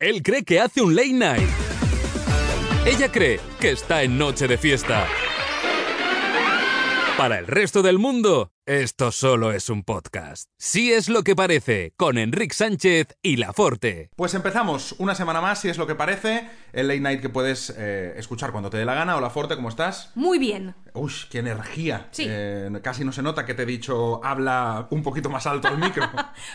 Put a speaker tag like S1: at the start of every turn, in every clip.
S1: Él cree que hace un late night. Ella cree que está en noche de fiesta. Para el resto del mundo, esto solo es un podcast. Sí es lo que parece, con Enrique Sánchez y La Forte.
S2: Pues empezamos una semana más, si es lo que parece, el late night que puedes eh, escuchar cuando te dé la gana. Hola Forte, ¿cómo estás?
S3: Muy bien.
S2: Uy, qué energía.
S3: Sí.
S2: Eh, casi no se nota que te he dicho habla un poquito más alto al micro.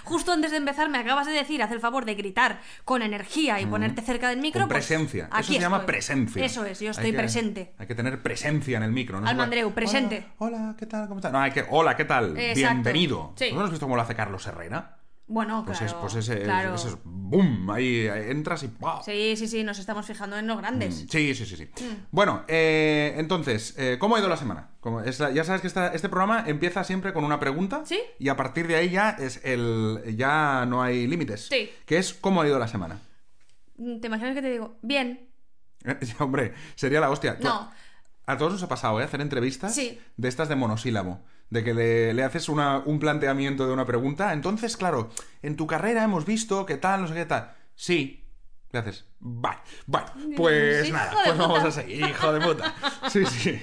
S3: Justo antes de empezar me acabas de decir, haz el favor de gritar con energía y ponerte cerca del micro.
S2: Mm. Con
S3: pues,
S2: presencia. Eso
S3: aquí
S2: se llama
S3: estoy.
S2: presencia.
S3: Eso es, yo
S2: Hay
S3: estoy
S2: que-
S3: presente.
S2: Hay que tener presencia en el micro. No
S3: Almandreu,
S2: Hola,
S3: presente.
S2: Hola, ¿qué tal? ¿Cómo estás? No, hay que. Hola, ¿qué tal?
S3: Exacto.
S2: Bienvenido.
S3: Sí.
S2: ¿No has visto cómo lo hace Carlos Herrera?
S3: Bueno,
S2: Pues
S3: claro.
S2: es, pues ese,
S3: claro.
S2: ese es boom. Ahí entras y ¡pau!
S3: Sí, sí, sí, nos estamos fijando en los grandes.
S2: Sí, sí, sí, sí. Bueno, eh, entonces, eh, ¿cómo ha ido la semana? Como es la- ya sabes que esta- este programa empieza siempre con una pregunta
S3: Sí.
S2: y a partir de ahí ya es el ya no hay límites.
S3: Sí.
S2: Que es cómo ha ido la semana. Mm.
S3: ¿Te imaginas que te digo? Bien.
S2: Eh, Hombre, sería la hostia. To-
S3: No.
S2: A todos nos ha pasado, ¿eh? Hacer entrevistas
S3: Sí.
S2: de estas de monosílabo. De que le, le haces una- un planteamiento de una pregunta. Entonces, claro, en tu carrera hemos visto que tal, no sé qué tal. Sí. Le haces. Vale, vale. Pues
S3: Hijo
S2: nada,
S3: de
S2: pues
S3: puta.
S2: vamos a seguir, hijo de puta. Sí, sí.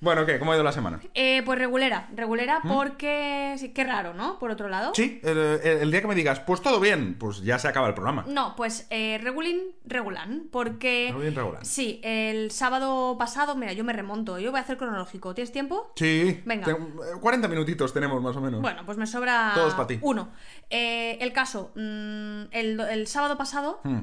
S2: Bueno, ¿qué? ¿Cómo ha ido la semana?
S3: Eh, pues regulera, regulera porque... Sí, qué raro, ¿no? Por otro lado.
S2: ¿Mm? Sí, el, el- el día que me digas, pues todo bien, pues ya se acaba el programa.
S3: No, pues eh, regulín, regulán, porque...
S2: Regulín, regulán.
S3: Sí, el sábado pasado, mira, yo me remonto, yo voy a hacer cronológico. ¿Tienes tiempo?
S2: Sí.
S3: Venga.
S2: Ten- 40 minutitos tenemos más o menos.
S3: Bueno, pues me sobra
S2: Todos pa' ti.
S3: uno. Eh, el caso, mm, el, do- el sábado pasado
S2: Mm.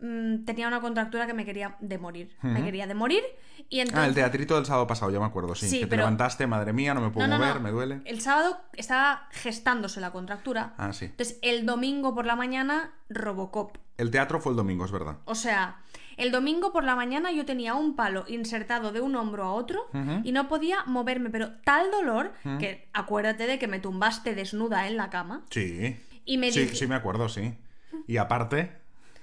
S3: mm, tenía una contractura que me quería de morir. Me
S2: Ujú.
S3: quería de morir y entonces...
S2: Ah, el teatrito del sábado pasado, ya me acuerdo, sí.
S3: Sí,
S2: que te
S3: pero-
S2: levantaste, madre mía, no me puedo
S3: No, no,
S2: mover,
S3: no.
S2: me duele.
S3: El sábado estaba gestándose la contractura.
S2: Ah, sí.
S3: Entonces, el domingo por la mañana, Robocop.
S2: El teatro fue el domingo, es verdad.
S3: O sea, el domingo por la mañana yo tenía un palo insertado de un hombro a otro
S2: Ujú.
S3: y no podía moverme, pero tal dolor que acuérdate de que me tumbaste desnuda en la cama.
S2: Sí.
S3: Y me
S2: sí,
S3: dije-
S2: sí, me acuerdo, sí. Y aparte.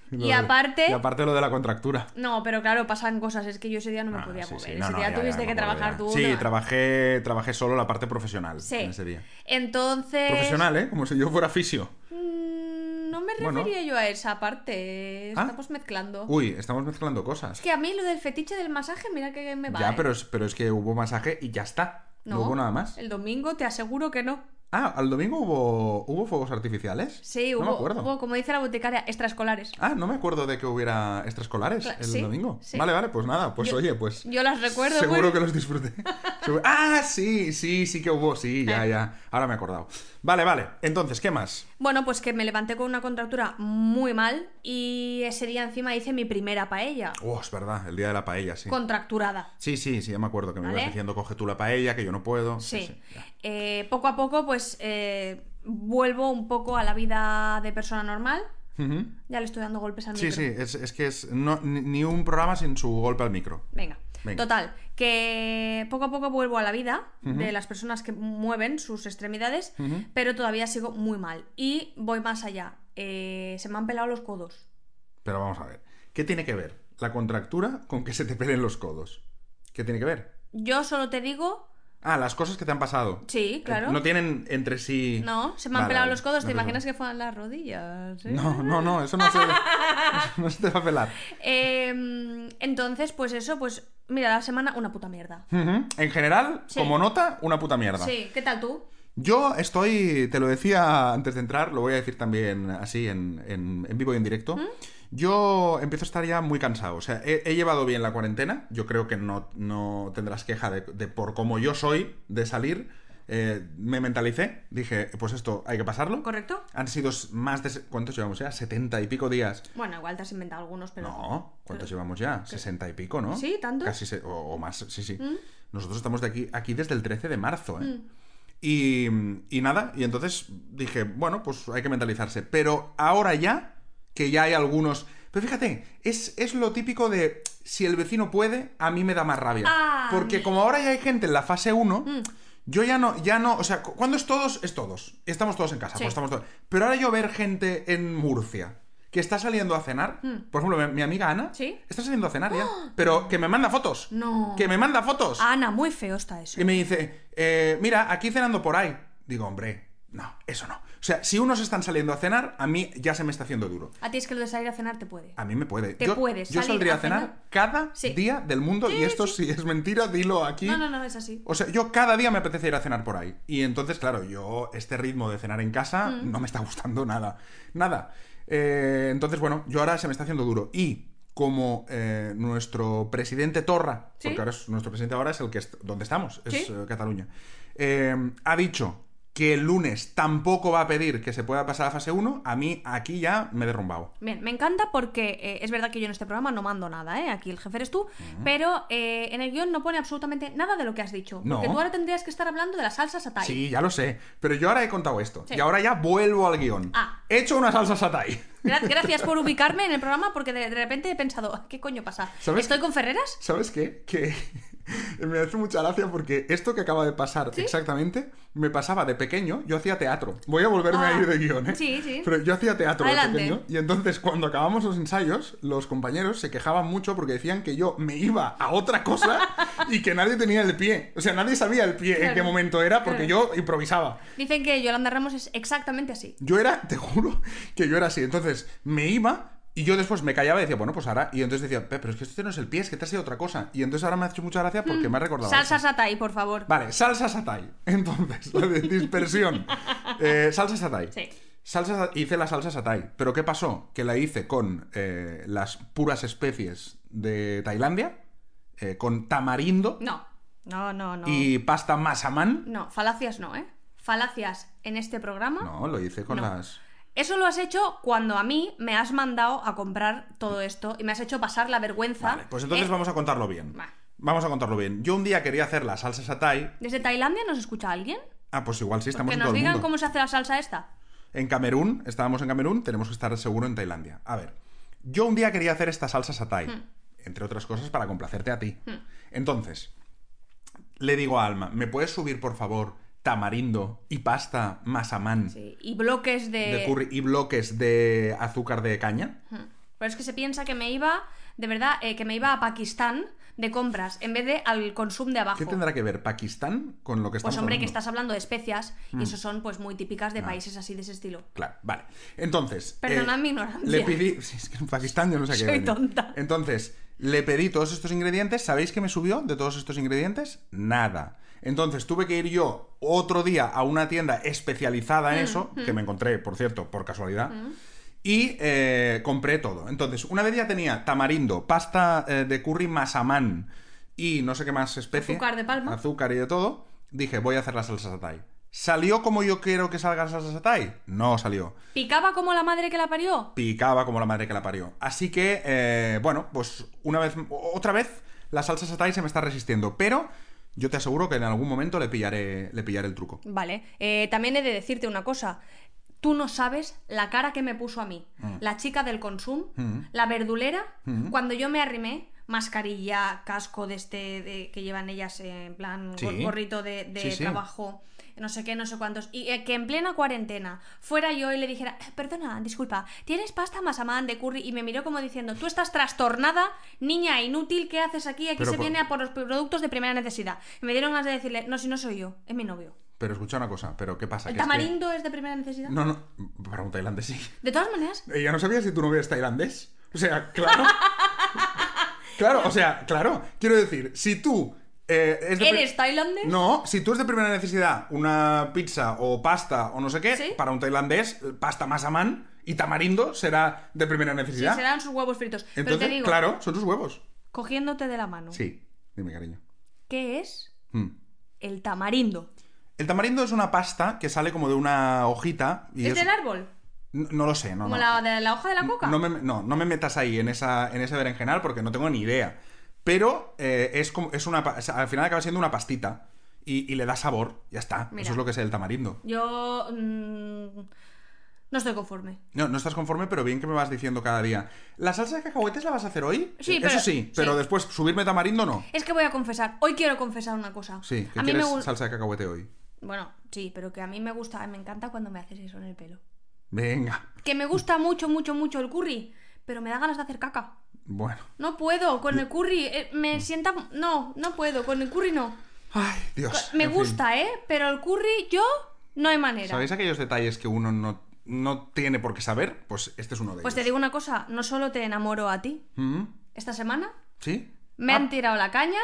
S2: lo
S3: Y
S2: de-
S3: aparte-
S2: y aparte lo de la contractura.
S3: No, pero claro, pasan cosas. Es que yo ese día no me
S2: Ah,
S3: podía
S2: sí,
S3: mover.
S2: sí, no,
S3: ese
S2: no,
S3: día
S2: ya,
S3: tuviste
S2: ya,
S3: que
S2: me acuerdo,
S3: trabajar
S2: ya.
S3: tú.
S2: Sí,
S3: ¿no?
S2: trabajé, trabajé solo la parte profesional
S3: Sí.
S2: en ese día.
S3: Entonces.
S2: Profesional, ¿eh? Como si yo fuera fisio.
S3: mm, No me
S2: Bueno.
S3: refería yo a esa parte.
S2: Ah.
S3: Estamos mezclando.
S2: Uy, estamos mezclando cosas.
S3: Oh. Es que a mí lo del fetiche del masaje, mira que me va.
S2: ya,
S3: ¿eh?
S2: pero es, pero es que hubo masaje y ya está. No, hubo nada más.
S3: El domingo te aseguro que no.
S2: Ah, ¿al domingo hubo, hubo fuegos artificiales?
S3: Sí, hubo,
S2: No me acuerdo.
S3: hubo, como dice la boticaria, extraescolares.
S2: Ah, no me acuerdo de que hubiera extraescolares
S3: Cla-
S2: el
S3: sí,
S2: domingo.
S3: sí.
S2: Vale, vale, pues nada, pues
S3: Yo-
S2: oye, pues.
S3: yo las recuerdo, pues.
S2: Seguro
S3: bueno.
S2: que los disfruté. Seguro- ah, sí, sí, sí que hubo, sí, ya,
S3: Ah.
S2: ya. Ahora me he acordado. Vale, vale. Entonces, ¿qué más?
S3: Bueno, pues que me levanté con una contractura muy mal y ese día encima hice mi primera paella.
S2: Oh, es verdad, el día de la paella, sí.
S3: Contracturada.
S2: Sí, sí, sí, ya me acuerdo que me
S3: Vale.
S2: ibas diciendo coge tú la paella, que yo no puedo.
S3: Sí.
S2: ya.
S3: Eh, poco a poco, pues eh, vuelvo un poco a la vida de persona normal.
S2: Ujú.
S3: Ya le estoy dando golpes al
S2: Sí,
S3: micro.
S2: sí, es, es que es no- ni ni un programa sin su golpe al micro.
S3: Venga.
S2: Venga.
S3: Total, que poco a poco vuelvo a la vida de las personas que mueven sus extremidades, pero todavía sigo muy mal. Y voy más allá. Eh, se me han pelado los codos.
S2: Pero vamos a ver. ¿Qué tiene que ver la contractura con que se te pelen los codos? ¿Qué tiene que ver?
S3: Yo solo te digo,
S2: Ah, las cosas que te han pasado.
S3: sí, claro.
S2: Eh, No tienen entre sí.
S3: No, se me han
S2: Vale,
S3: pelado
S2: vale,
S3: los codos.
S2: no
S3: ¿Te imaginas
S2: preocupes.
S3: que fueran las rodillas? eh?
S2: No, no, no, eso no se, eso no se te va a pelar.
S3: Em, entonces, pues eso, pues mira, la semana una puta mierda.
S2: Ujú. En general,
S3: Sí.
S2: como nota, una puta mierda.
S3: Sí, ¿qué tal tú?
S2: Yo estoy, te lo decía antes de entrar, lo voy a decir también así en, en- en vivo y en directo.
S3: ¿Mm?
S2: Yo empiezo a estar ya muy cansado. O sea, he, he llevado bien la cuarentena. Yo creo que no, no tendrás queja de, de por cómo yo soy de salir. Eh, me mentalicé, dije, pues esto hay que pasarlo.
S3: ¿Correcto?
S2: Han sido más de... ¿Cuántos llevamos ya? 70 y pico días.
S3: Bueno, igual te has inventado algunos, pero.
S2: No, ¿cuántos llevamos ya? 60 y pico, ¿no?
S3: Sí, ¿tantos? Mm.
S2: Casi se- o, o más, sí, sí. Nosotros estamos de aquí, aquí desde el 13 de marzo, ¿eh? Y, y nada, y entonces dije, bueno, pues hay que mentalizarse. Pero ahora ya, que ya hay algunos... Pero fíjate, es, es lo típico de si el vecino puede, a mí me da más rabia.
S3: Ah,
S2: Porque como ahora ya hay gente en la fase 1,
S3: Mm.
S2: yo ya no, ya no, o sea, cu- cuando es todos, es todos. Estamos todos en casa,
S3: Sí.
S2: pues estamos todos. Pero ahora yo ver gente en Murcia que está saliendo a cenar, por ejemplo, mi, mi amiga Ana,
S3: Mm. Sí. ¡Ah!
S2: está saliendo a cenar ya, pero que me manda fotos.
S3: No. Ah.
S2: Que me manda fotos.
S3: Ana, muy feo está eso.
S2: Y me dice, eh, mira, aquí cenando por ahí. Digo, hombre, No, eso no. O sea, si unos están saliendo a cenar, a mí ya se me está haciendo duro.
S3: A ti es que lo de salir a cenar te puede.
S2: A mí me puede.
S3: Te
S2: yo,
S3: puedes
S2: Yo
S3: salir
S2: saldría
S3: a
S2: a cenar,
S3: cenar.
S2: cada
S3: Sí.
S2: día del mundo y esto si es mentira, dilo aquí.
S3: No, no, no, es así.
S2: O sea, yo cada día me apetece ir a cenar por ahí. Y entonces, claro, yo este ritmo de cenar en casa
S3: Mm.
S2: no me está gustando nada. Nada. Eh, entonces, bueno, yo ahora se me está haciendo duro. Y como eh, nuestro presidente Torra,
S3: Sí.
S2: porque ahora es- nuestro presidente ahora es el que est- donde estamos, es
S3: Sí.
S2: eh, Cataluña, eh, ha dicho que el lunes tampoco va a pedir que se pueda pasar a fase 1, a mí aquí ya me he derrumbado.
S3: Bien, me encanta porque eh, es verdad que yo en este programa no mando nada, ¿eh? Aquí el jefe eres tú, pero eh, en el guión no pone absolutamente nada de lo que has dicho.
S2: No.
S3: Porque tú ahora tendrías que estar hablando de la salsa satay.
S2: Sí, ya lo sé. Pero yo ahora he contado esto.
S3: Sí.
S2: Y ahora ya vuelvo al guión.
S3: Ah.
S2: He hecho una salsa satay.
S3: Gra- gracias por ubicarme en el programa porque de, de repente he pensado, ¿qué coño pasa?
S2: ¿Sabes?
S3: ¿Estoy con Ferreras?
S2: ¿Sabes qué? Que me hace mucha gracia porque esto que acaba de pasar exactamente me pasaba de pequeño. Yo hacía teatro. Voy a volverme
S3: Ah,
S2: a ir de guión, ¿eh?
S3: sí, sí.
S2: Pero yo hacía teatro
S3: Adelante.
S2: de pequeño. Y entonces, cuando acabamos los ensayos, los compañeros se quejaban mucho porque decían que yo me iba a otra cosa y que nadie tenía el pie. O sea, nadie sabía el pie en
S3: Claro.
S2: qué momento era porque yo improvisaba.
S3: Dicen que Yolanda Ramos es exactamente así.
S2: Yo era, te juro, que yo era así. Entonces me iba y yo después me callaba y decía, bueno, pues ahora. Y entonces decía, "Pe- pero es que este no es el pie, es que te ha sido otra cosa. Y entonces ahora me ha hecho mucha gracia
S3: Mm.
S2: porque me ha recordado.
S3: Salsa
S2: eso.
S3: satay, por favor.
S2: Vale, salsa satay. Entonces, la de dispersión. Eh, salsa satay.
S3: Sí.
S2: Salsa, sa- hice la salsa satay. Pero ¿qué pasó? Que la hice con eh, las puras especies de Tailandia, eh, con tamarindo
S3: No, no, no, no.
S2: y pasta masaman.
S3: No, falacias no, ¿eh? Falacias en este programa.
S2: No, lo hice con
S3: No.
S2: las.
S3: Eso lo has hecho cuando a mí me has mandado a comprar todo esto y me has hecho pasar la vergüenza.
S2: Vale, pues entonces
S3: ¿eh?
S2: vamos a contarlo bien.
S3: Va.
S2: Vamos a contarlo bien. Yo un día quería hacer la salsa satay.
S3: ¿Desde Tailandia nos escucha alguien?
S2: Ah, pues igual sí, estamos
S3: que
S2: en
S3: nos
S2: todo el
S3: digan
S2: mundo.
S3: cómo se hace la salsa esta.
S2: En Camerún, estábamos en Camerún, tenemos que estar seguro en Tailandia. A ver, yo un día quería hacer esta salsa satay,
S3: Hmm.
S2: entre otras cosas para complacerte a ti. Entonces, le digo a Alma, ¿me puedes subir, por favor, tamarindo y pasta masamán
S3: Sí, Eh. Y bloques de.
S2: de curry y bloques de azúcar de caña?
S3: Hmm. Pero es que se piensa que me iba, de verdad, eh, que me iba a Pakistán de compras en vez de al consumo de abajo.
S2: ¿Qué tendrá que ver Pakistán con lo que estamos
S3: Pues
S2: hablando?
S3: hombre, que
S2: Mm. Ah.
S3: estás hablando de especias y eso son pues muy típicas de países así de ese estilo.
S2: Claro, vale. Entonces. eh,
S3: Perdonad mi ignorancia.
S2: Le pedí. sí, Es que en Pakistán yo no sé qué.
S3: Soy
S2: venía.
S3: tonta.
S2: Entonces, le pedí todos estos ingredientes. ¿Sabéis qué me subió de todos estos ingredientes? Nada. Entonces tuve que ir yo otro día a una tienda especializada
S3: Mm,
S2: en eso, que me encontré, por cierto, por casualidad. Y eh, compré todo. Entonces, una vez ya tenía tamarindo, pasta eh, de curry masamán y no sé qué más especie.
S3: Azúcar de palma.
S2: Azúcar y de todo. Dije, voy a hacer la salsa satay. ¿Salió como yo quiero que salga la salsa satay? No salió
S3: ¿Picaba como la madre que la parió?
S2: picaba como la madre que la parió. Así que, eh, bueno, pues una vez, otra vez, la salsa satay se me está resistiendo, pero yo te aseguro que en algún momento le pillaré, le pillaré el truco.
S3: Vale, eh, también he de decirte una cosa. Tú no sabes la cara que me puso a mí,
S2: Mm.
S3: la chica del consumo, la verdulera, cuando yo me arrimé, mascarilla, casco de este de- que llevan ellas eh, en plan
S2: Sí.
S3: gor- gorrito de, de
S2: Sí, sí.
S3: trabajo, no sé qué, no sé cuántos, y eh, que en plena cuarentena fuera yo y le dijera, "Eh, perdona, disculpa, ¿tienes pasta masamán de curry? Y me miró como diciendo, tú estás trastornada, niña inútil, ¿qué haces aquí? Aquí
S2: Pero
S3: se
S2: por-
S3: viene a por los productos de primera necesidad. Y me dieron ganas de decirle, no, si no soy yo, es mi novio.
S2: Pero escucha una cosa, pero ¿qué pasa?
S3: ¿El
S2: Que es que-
S3: tamarindo es de primera necesidad?
S2: No, no, para un tailandés sí.
S3: De todas maneras,
S2: Ella no sabía si tu novio es tailandés. O sea, claro. claro, o sea, claro. Quiero decir, si tú... eh, es de pri-
S3: ¿eres tailandés?
S2: No, si tú es de primera necesidad una pizza o pasta o no sé qué,
S3: ¿Sí?
S2: para un tailandés, eh, pasta masamán y tamarindo será de primera
S3: Sí,
S2: necesidad.
S3: serán sus huevos fritos. Pero
S2: Entonces,
S3: te digo,
S2: claro, son sus huevos.
S3: cogiéndote de la mano,
S2: Sí, dime cariño.
S3: ¿qué es
S2: Mm.
S3: el tamarindo?
S2: El tamarindo es una pasta que sale como de una hojita y
S3: ¿Es,
S2: es-
S3: del árbol?
S2: No, no lo sé, no,
S3: ¿Como
S2: no.
S3: la de la hoja de la coca?
S2: No me, no, no me metas ahí en, esa, en ese berenjenal porque no tengo ni idea. Pero eh, es como, es una, pa- o sea, al final acaba siendo una pastita y, y le da sabor, ya está.
S3: Mira.
S2: Eso es lo que es el tamarindo.
S3: Yo mm, no estoy conforme.
S2: No, no estás conforme, pero bien que me vas diciendo cada día. ¿La salsa de cacahuetes la vas a hacer hoy?
S3: Sí,
S2: Eh,
S3: pero-
S2: Eso sí,
S3: sí.
S2: pero después subirme tamarindo no.
S3: Es que voy a confesar, hoy quiero confesar una cosa.
S2: Sí, que
S3: a mí me
S2: quieres
S3: gu-
S2: salsa de cacahuete hoy.
S3: Bueno, sí, pero que a mí me gusta, me encanta cuando me haces eso en el pelo.
S2: Venga,
S3: Que me gusta mucho, mucho, mucho el curry, pero me da ganas de hacer caca.
S2: bueno.
S3: No puedo con el curry, eh, me sienta... No, no puedo, con el curry no.
S2: Ay, Dios.
S3: Pues, Me
S2: en fin.
S3: gusta, ¿eh? Pero el curry yo No hay manera.
S2: ¿Sabéis aquellos detalles que uno no, no tiene por qué saber? Pues este es uno de
S3: Pues te
S2: ellos.
S3: digo una cosa, no solo te enamoro a ti.
S2: Mm,
S3: Esta semana
S2: ¿Sí?
S3: me
S2: Ah, Pues
S3: han tirado la caña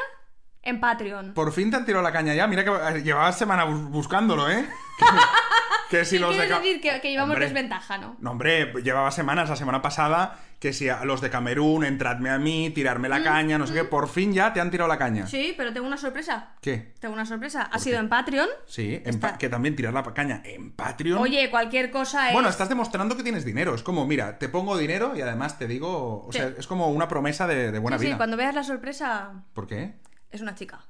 S3: en Patreon.
S2: Por fin te han tirado la caña ya. Mira que eh, llevabas semana bus- buscándolo, ¿eh? Que, que si los de
S3: Quiere
S2: Ca-
S3: decir que, que llevamos
S2: Hombre.
S3: desventaja, ¿no?
S2: No, hombre, llevaba semanas, la semana pasada, que si a los de Camerún, entradme a mí, tirarme la caña, no sé qué. Por fin ya te han tirado la caña.
S3: Mm, Sí, pero tengo una sorpresa.
S2: ¿Qué?
S3: Tengo una sorpresa. Ha sido en Patreon.
S2: Sí, en pa-
S3: Está.
S2: que también tirar la caña en Patreon.
S3: Oye, cualquier cosa es...
S2: Bueno, estás demostrando que tienes dinero. Es como, mira, te pongo dinero y además te digo. O
S3: Sí.
S2: sea, es como una promesa de, de buena
S3: Sí, sí,
S2: vida.
S3: cuando veas la sorpresa,
S2: ¿Por qué?
S3: es una chica.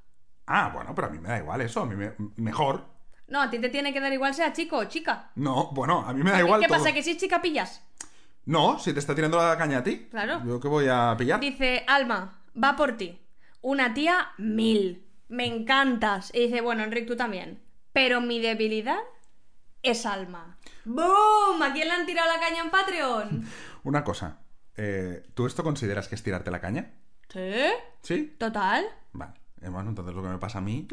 S2: Ah, bueno, pero a mí me da igual eso. A mí me- mejor.
S3: No, a ti te tiene que dar igual sea chico o chica.
S2: No, bueno, a mí me da
S3: ¿Qué
S2: igual. todo.
S3: pasa? ¿Que si es chica pillas?
S2: No, si te está tirando la caña a ti.
S3: Claro.
S2: Yo que voy a pillar.
S3: Dice, Alma, va por ti. Una tía mil. Me encantas. Y dice, bueno, Enric, tú también. Pero mi debilidad es Alma. ¡Boom! ¿A quién le han tirado la caña en Patreon?
S2: Una cosa. eh, ¿Tú esto consideras que es tirarte la caña?
S3: ¿Sí?
S2: ¿Sí?
S3: ¿Total?
S2: Vale. Eh, Bueno, entonces lo que me pasa a mí.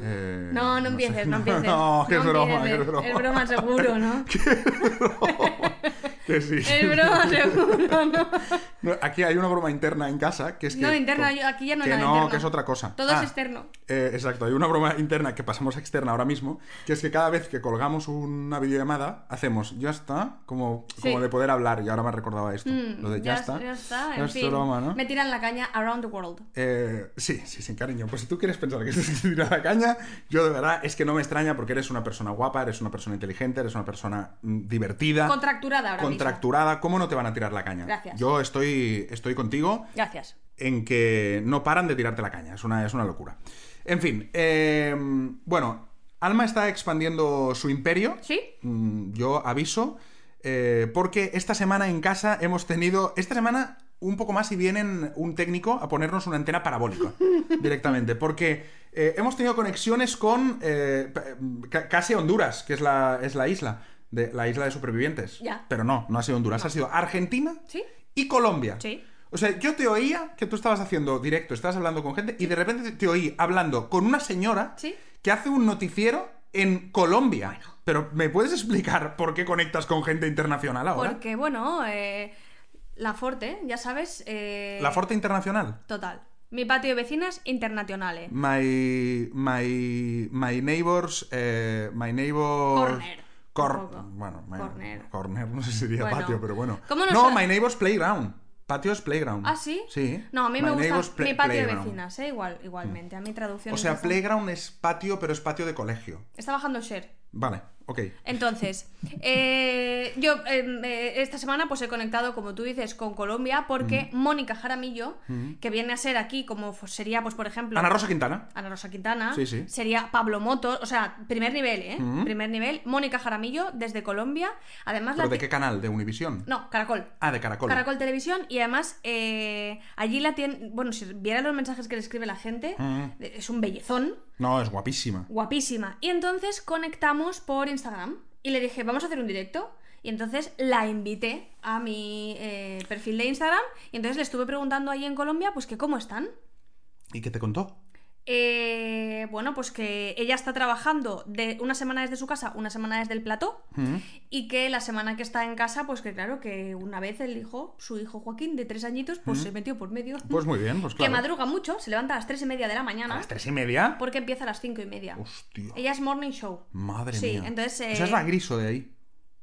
S2: eh,
S3: No, no
S2: sé.
S3: empieces, no empieces.
S2: No, que es
S3: No
S2: broma, que
S3: empieces.
S2: es broma.
S3: Es broma seguro, ¿no?
S2: Que sí.
S3: Es broma seguro, ¿no?
S2: No, Aquí hay una broma interna en casa que es que.
S3: No, interna,
S2: que-
S3: yo- aquí ya no es
S2: que
S3: nada
S2: no,
S3: interno.
S2: que es otra cosa.
S3: Todo
S2: Ah,
S3: es externo.
S2: eh, exacto, hay una broma interna que pasamos a externa ahora mismo, que es que cada vez que colgamos una videollamada, hacemos ya está, como,
S3: Sí.
S2: como de poder hablar, y ahora me recordaba esto,
S3: Mm,
S2: lo de ya, está,
S3: Ya está, en
S2: ya es
S3: fin.
S2: broma, ¿no?
S3: Me tiran la caña around the world.
S2: Eh, sí, sí, sí, cariño. Pues si tú quieres pensar que esto es tirar la caña, yo de verdad es que no me extraña porque eres una persona guapa, eres una persona inteligente, eres una persona mm, divertida,
S3: Contracturada ahora mismo.
S2: contracturada. ¿Cómo no te van a tirar la caña?
S3: Gracias.
S2: Yo estoy, estoy contigo
S3: Gracias.
S2: en que no paran de tirarte la caña. Es una, es una locura. En fin, eh, bueno, Alma está expandiendo su imperio.
S3: ¿Sí?
S2: Mm, Yo aviso, eh, porque esta semana en casa hemos tenido. Esta semana, un poco más, y vienen un técnico a ponernos una antena parabólica directamente, porque eh, hemos tenido conexiones con eh, pa- ca- casi Honduras, que es la, es la isla, de, la isla de supervivientes.
S3: Ya.
S2: Pero no, no ha sido Honduras, ha sido Argentina
S3: ¿Sí?
S2: y Colombia.
S3: Sí.
S2: O sea, yo te oía que tú estabas haciendo directo, estabas hablando con gente y de repente te oí hablando con una señora
S3: Sí.
S2: que hace un noticiero en Colombia. Pero ¿me puedes explicar por qué conectas con gente internacional ahora?
S3: Porque, bueno, eh, la Forte, ya sabes. eh,
S2: La Forte Internacional.
S3: Total. Mi patio de vecinas internacionales.
S2: Mm. My my my neighbors eh, my neighbors
S3: Corner.
S2: Cor-
S3: Un poco.
S2: bueno, my-
S3: Corner.
S2: corner, no sé si sería
S3: Bueno.
S2: patio, pero bueno.
S3: ¿Cómo nos
S2: no,
S3: ha-
S2: my neighbors playground. Patio es playground.
S3: ¿Ah, sí?
S2: Sí.
S3: No, a mí
S2: My
S3: me
S2: neighbor's
S3: gusta
S2: pla-
S3: mi patio de
S2: playground. Mm.
S3: vecinas, ¿eh? Igual, igualmente. A mi traducción.
S2: O
S3: es
S2: sea,
S3: bastante-
S2: playground es patio, pero es patio de colegio.
S3: Está bajando el share.
S2: Vale, ok.
S3: Entonces, eh, yo eh, eh, esta semana pues he conectado, como tú dices, con Colombia
S2: Mm.
S3: porque Mónica Jaramillo, que viene a ser aquí como fo- sería, pues por ejemplo...
S2: Ana Rosa Quintana.
S3: Ana Rosa Quintana,
S2: Sí, sí. Mm.
S3: sería Pablo Motos, o sea, primer nivel, ¿eh? Primer nivel, Mónica Jaramillo desde Colombia, además
S2: ¿Pero
S3: la...
S2: de
S3: ti-
S2: qué canal? ¿De Univisión?
S3: No, Caracol.
S2: Ah, de Caracol.
S3: Caracol Televisión y además eh, allí la tiene, bueno, si viera los mensajes que le escribe la gente,
S2: Mm.
S3: es un bellezón,
S2: No, es guapísima.
S3: guapísima. Y entonces conectamos por Instagram y le dije, vamos a hacer un directo. Y entonces la invité a mi eh, perfil de Instagram y entonces le estuve preguntando ahí en Colombia, pues que cómo están.
S2: ¿Y qué te contó?
S3: Eh, bueno, pues que ella está trabajando de una semana desde su casa, una semana desde el plató
S2: Mm.
S3: y que la semana que está en casa, pues que claro, que una vez el hijo, su hijo Joaquín de tres añitos, pues se metió por medio.
S2: Mm. Pues muy bien, pues
S3: Que
S2: claro.
S3: madruga mucho, se levanta a las tres y media de la
S2: A
S3: mañana
S2: las tres y media.
S3: porque empieza a las cinco y media.
S2: Hostia.
S3: Ella es morning show.
S2: Madre
S3: Sí,
S2: mía.
S3: entonces, eh,
S2: Esa es la griso de ahí.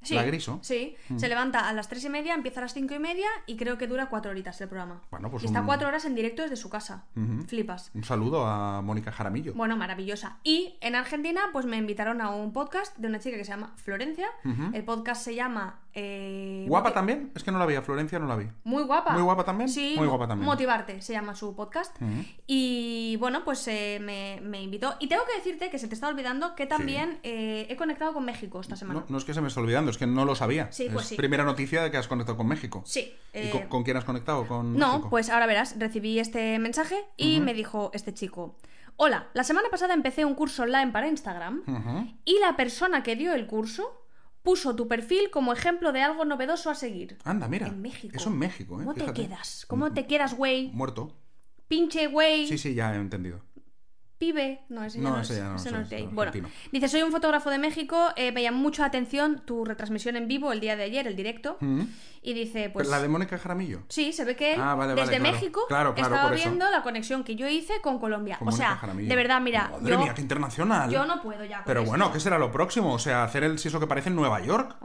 S3: Sí,
S2: La griso. Mm.
S3: Sí, se levanta a las tres y media, empieza a las cinco y media y creo que dura cuatro horitas el programa.
S2: Bueno, pues
S3: y está
S2: un-
S3: cuatro horas en directo desde su casa.
S2: Ujú.
S3: Flipas.
S2: Un saludo a Mónica Jaramillo.
S3: Bueno, maravillosa. Y en Argentina, pues me invitaron a un podcast de una chica que se llama Florencia.
S2: Ujú.
S3: El podcast se llama. eh,
S2: ¿Guapa
S3: Moti-
S2: también? Es que no la vi, a Florencia no la vi.
S3: Muy guapa.
S2: ¿Muy guapa también?
S3: Sí,
S2: Muy
S3: Mo-
S2: guapa también.
S3: Motivarte se llama su podcast.
S2: Ujú.
S3: Y bueno, pues eh, me, me invitó. Y tengo que decirte que se te está olvidando que también eh, he conectado con México esta semana.
S2: No, no es que se me esté olvidando, es que no lo sabía.
S3: Sí, pues
S2: Es
S3: sí.
S2: Primera noticia de que has conectado con México.
S3: Sí.
S2: ¿Y
S3: eh,
S2: con, con quién has conectado? ¿Con
S3: No,
S2: México?
S3: pues ahora verás, recibí este mensaje y me dijo este chico, hola, la semana pasada empecé un curso online para Instagram
S2: Ujú.
S3: y la persona que dio el curso puso tu perfil como ejemplo de algo novedoso a seguir.
S2: Anda, mira.
S3: En México.
S2: Eso en México, ¿eh?
S3: ¿Cómo te
S2: Fíjate. Mm,
S3: quedas? ¿Cómo te quedas, güey?
S2: Muerto.
S3: Pinche güey.
S2: Sí, sí, ya he entendido.
S3: Pibe, no, ese ya
S2: No,
S3: no,
S2: ese
S3: es,
S2: ya no,
S3: ese
S2: ese
S3: no
S2: es
S3: es de ahí. Bueno,
S2: argentino.
S3: dice, soy un fotógrafo de México, eh, me llamó mucho la atención tu retransmisión en vivo el día de ayer, el directo,
S2: Mm.
S3: y dice, pues...
S2: Pero la de Mónica Jaramillo.
S3: Sí, se ve que él,
S2: Ah, vale, vale,
S3: desde
S2: claro.
S3: México
S2: Claro, claro,
S3: estaba
S2: por eso.
S3: viendo la conexión que yo hice con Colombia.
S2: Con
S3: o
S2: Mónica
S3: sea,
S2: Jaramillo.
S3: de verdad, mira,
S2: Madre
S3: yo,
S2: mía, qué internacional.
S3: yo no puedo ya con
S2: Pero
S3: esto.
S2: bueno, ¿qué será lo próximo? O sea, hacer el si es lo que parece en Nueva York.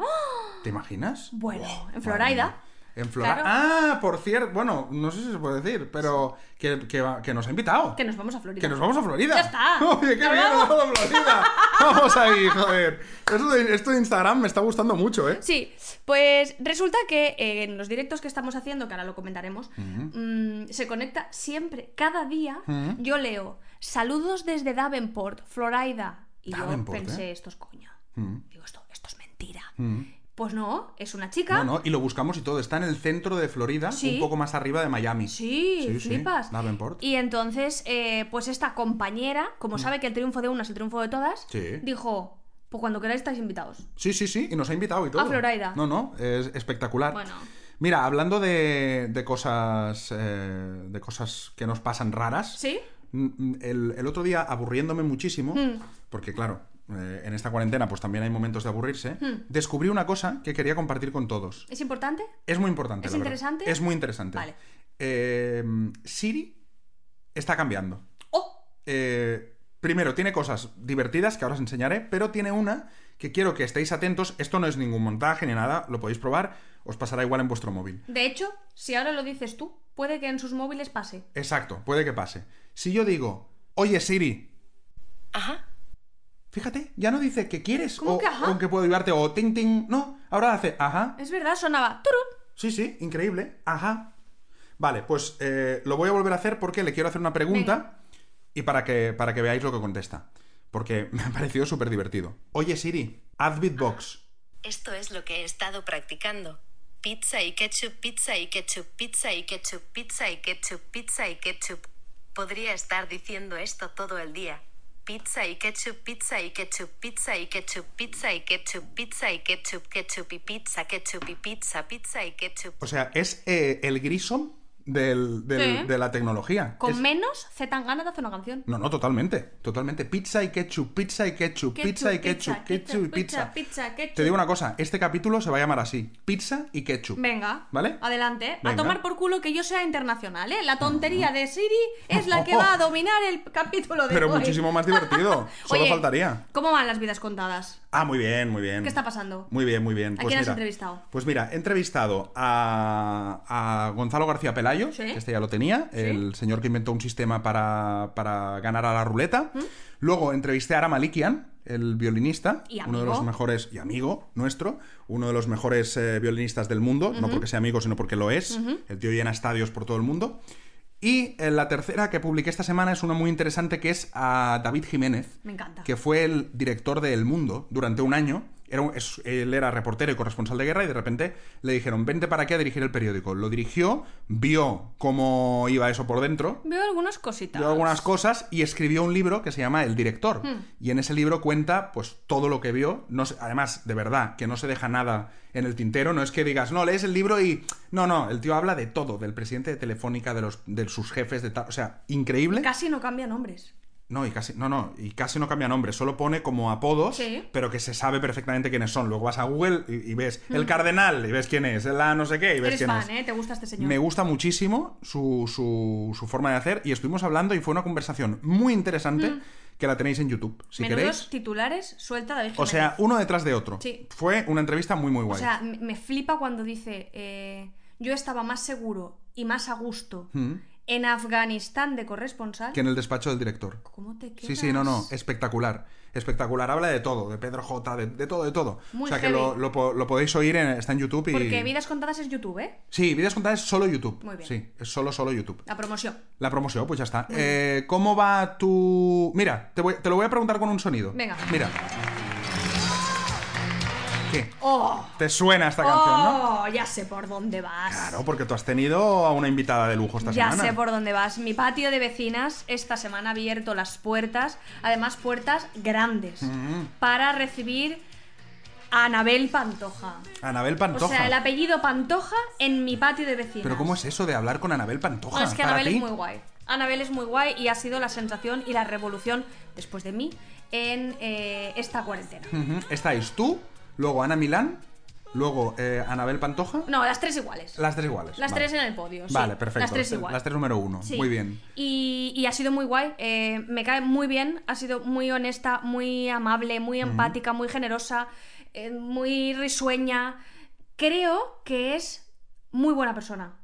S2: ¿Te imaginas?
S3: ¡Ah! Bueno, en
S2: madre
S3: Florida.
S2: mía. En Florida.
S3: Claro.
S2: Ah, por cierto, bueno, no sé si se puede decir, pero que, que va- que nos ha invitado.
S3: Que nos vamos a Florida.
S2: Que nos vamos a Florida.
S3: Ya está.
S2: Oye, qué
S3: Nos
S2: bien, nos
S3: vamos.
S2: vamos a Florida. Vamos ahí, joder. Esto de, esto de Instagram me está gustando mucho, ¿eh?
S3: Sí, pues resulta que eh, en los directos que estamos haciendo, que ahora lo comentaremos, mm, se conecta siempre, cada día, yo leo saludos desde Davenport, Florida. Y
S2: Davenport,
S3: yo pensé,
S2: ¿eh?
S3: esto es coña.
S2: Mm.
S3: Digo, esto, esto es mentira.
S2: Mm.
S3: Pues no, es una
S2: No,
S3: chica.
S2: no, y lo buscamos y todo. Está en el centro de Florida,
S3: Sí.
S2: un poco más arriba de Miami.
S3: Sí,
S2: Sí, sí,
S3: flipas.
S2: Davenport.
S3: Y entonces, eh, pues esta compañera, como sabe que el triunfo de una es el triunfo de todas,
S2: Mm. Sí.
S3: dijo, pues cuando queráis estáis invitados.
S2: Sí, sí, sí, y nos ha invitado y todo.
S3: A Floraida.
S2: No, no, es espectacular.
S3: Bueno.
S2: Mira, hablando de, de cosas eh, de cosas que nos pasan raras.
S3: ¿Sí?
S2: n- n- El, el otro día, aburriéndome muchísimo,
S3: Mm.
S2: porque claro, eh, en esta cuarentena pues también hay momentos de aburrirse,
S3: Hmm.
S2: descubrí una cosa que quería compartir con todos.
S3: ¿Es importante?
S2: Es muy importante.
S3: ¿Es
S2: la verdad.
S3: interesante?
S2: Es muy interesante.
S3: Vale.
S2: Eh, Siri está cambiando.
S3: ¡Oh!
S2: Eh, primero, tiene cosas divertidas que ahora os enseñaré, pero tiene una que quiero que estéis atentos. Esto no es ningún montaje ni nada, lo podéis probar, os pasará igual en vuestro móvil.
S3: De hecho, si ahora lo dices tú, puede que en sus móviles pase.
S2: Exacto, puede que pase. Si yo digo, oye Siri,
S4: Ajá.
S2: fíjate, ya no dice que quieres
S3: ¿Cómo
S2: o,
S3: que ajá?
S2: o que puedo ayudarte o ting ting, no, ahora hace ajá.
S3: Es verdad, sonaba. turun.
S2: Sí, sí, increíble, ajá. Vale, pues eh, lo voy a volver a hacer porque le quiero hacer una pregunta y para que, para que veáis lo que contesta. Porque me ha parecido súper divertido. Oye Siri, haz beatbox.
S4: Esto es lo que he estado practicando. Pizza y ketchup, pizza y ketchup, pizza y ketchup, pizza y ketchup, pizza y ketchup. Podría estar diciendo esto todo el día. Pizza y ketchup, pizza y ketchup, pizza y ketchup, pizza y ketchup, pizza y ketchup, ketchup y pizza, ketchup y pizza, pizza y ketchup.
S2: O sea, es eh, el Grissom del- del-
S3: Sí.
S2: de la tecnología.
S3: Con
S2: Es-
S3: menos, Z tan ganas de hacer una canción.
S2: No, no, totalmente. Totalmente. Pizza y ketchup, pizza y ketchup,
S3: Ketchup,
S2: pizza y ketchup,
S3: pizza,
S2: ketchup, y pizza.
S3: pizza, pizza, ketchup.
S2: Te digo una cosa, este capítulo se va a llamar así. Pizza y ketchup.
S3: Venga,
S2: ¿Vale?
S3: adelante. A
S2: Venga.
S3: tomar por culo que yo sea internacional, ¿eh? La tontería de Siri es la que va a dominar el capítulo de
S2: Pero
S3: hoy.
S2: muchísimo más divertido. Solo
S3: Oye,
S2: faltaría.
S3: ¿Cómo van las vidas contadas?
S2: Ah, muy bien, muy bien.
S3: ¿Qué está pasando?
S2: Muy bien, muy bien.
S3: ¿A
S2: Pues
S3: quién has
S2: mira,
S3: entrevistado?
S2: Pues mira, he entrevistado a, a Gonzalo García Pelayo,
S3: Sí.
S2: que este ya lo tenía, el señor que inventó un sistema para, para ganar a la ruleta.
S3: ¿Mm?
S2: Luego entrevisté a Ara Malikian, el violinista,
S3: Y
S2: uno de
S3: amigo.
S2: los mejores, y amigo nuestro, uno de los mejores eh, violinistas del mundo, no porque sea amigo, sino porque lo es. El tío llena estadios por todo el mundo. Y eh, la tercera que publiqué esta semana es una muy interesante que es a David Jiménez,
S3: Me encanta.
S2: que fue el director de El Mundo durante un año. Era un- es- él era reportero y corresponsal de guerra y de repente le dijeron, vente para aquí a dirigir el periódico. Lo dirigió, vio cómo iba eso por dentro,
S3: Veo algunas cositas.
S2: vio algunas cosas y escribió un libro que se llama El Director.
S3: Hmm.
S2: Y en ese libro cuenta pues todo lo que vio. No se- además, de verdad, que no se deja nada en el tintero. No es que digas, no, lees el libro y... No, no, el tío habla de todo, del presidente de Telefónica, de, los, de sus jefes, de tal... O sea, increíble.
S3: Casi no cambia nombres.
S2: No, y casi, no, no, y casi no cambia nombre, solo pone como apodos,
S3: Sí.
S2: pero que se sabe perfectamente quiénes son. Luego vas a Google y, y ves el cardenal, y ves quién es, la no sé qué, y ves
S3: Mm. Eres
S2: quién
S3: fan,
S2: es.
S3: ¿eh? Te gusta este señor.
S2: Me gusta muchísimo su, su- su forma de hacer y estuvimos hablando y fue una conversación muy interesante que la tenéis en YouTube, si
S3: Mm. Menudos
S2: queréis.
S3: titulares suelta David
S2: O sea,
S3: Jiménez.
S2: uno detrás de otro.
S3: Sí.
S2: Fue una entrevista muy, muy
S3: O
S2: guay.
S3: sea, m- me flipa cuando dice, eh, yo estaba más seguro y más a gusto
S2: Mm.
S3: en Afganistán de corresponsal.
S2: que en el despacho del director.
S3: ¿Cómo te quedas?
S2: Sí, sí, no, no, espectacular. Espectacular, habla de todo, de Pedro J, de, de todo, de todo.
S3: Muy
S2: o sea que lo,
S3: heavy.
S2: lo po- lo podéis oír, en- está en YouTube y...
S3: Porque Vidas Contadas es YouTube, ¿eh?
S2: Sí, Vidas Contadas es solo YouTube.
S3: Muy bien.
S2: Sí, es solo, solo YouTube.
S3: La promoción.
S2: La promoción, pues ya está. Eh, ¿Cómo va tu...? Mira, te, voy- te lo voy a preguntar con un sonido.
S3: Venga.
S2: Mira. ¿Qué?
S3: ¡Oh!
S2: ¿Te suena esta canción, no?
S3: ¡Oh! Ya sé por dónde vas.
S2: Claro, porque tú has tenido a una invitada de lujo esta
S3: Ya
S2: semana.
S3: sé por dónde vas. Mi patio de vecinas esta semana ha abierto
S2: Mm.
S3: las puertas, además puertas grandes, para recibir Anabel Pantoja.
S2: Anabel
S3: O
S2: Pantoja.
S3: sea, el apellido Pantoja en mi patio de vecinos.
S2: Pero ¿cómo es eso de hablar con Anabel Pantoja?
S3: No, es que
S2: ¿Para
S3: Anabel
S2: ti?
S3: es muy guay. Anabel es muy guay y ha sido la sensación y la revolución, después de mí, en eh, esta cuarentena.
S2: Ujú. Estáis tú, luego Ana Milán, luego eh, Anabel Pantoja.
S3: No, las tres iguales.
S2: Las tres iguales.
S3: Las
S2: vale.
S3: tres en el podio. sí.
S2: Vale, perfecto.
S3: Las tres iguales.
S2: Las tres número uno.
S3: Sí.
S2: Muy bien.
S3: Y, y ha sido muy guay, eh, me cae muy bien, ha sido muy honesta, muy amable, muy empática, muy generosa, eh, muy risueña. Creo que es muy buena persona.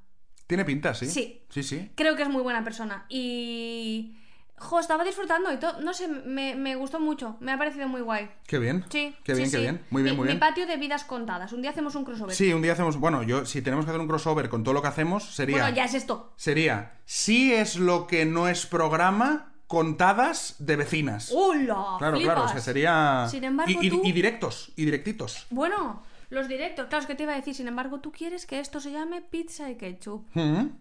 S2: Tiene pinta, ¿sí?
S3: Sí.
S2: Sí, sí.
S3: Creo que es muy buena persona. Y... Jo, estaba disfrutando y todo, no sé, me, me gustó mucho, me ha parecido muy guay.
S2: Qué bien.
S3: Sí.
S2: Qué
S3: sí,
S2: bien, qué
S3: sí.
S2: bien. Muy bien,
S3: Mi- pues.
S2: muy bien.
S3: Mi patio de vidas contadas. Un día hacemos un crossover.
S2: Sí, un día hacemos. Bueno, yo, si tenemos que hacer un crossover con todo lo que hacemos, sería.
S3: Bueno, ya es esto.
S2: Sería. Si es lo que no es programa, contadas de vecinas.
S3: ¡Hola!
S2: claro,
S3: Uh, flipas!
S2: claro. O sea, sería.
S3: Sin embargo,
S2: y, y-
S3: tú-
S2: y directos. Y directitos.
S3: Bueno, los directos, claro, es que te iba a decir, sin embargo, tú quieres que esto se llame pizza y ketchup.
S2: Ujú.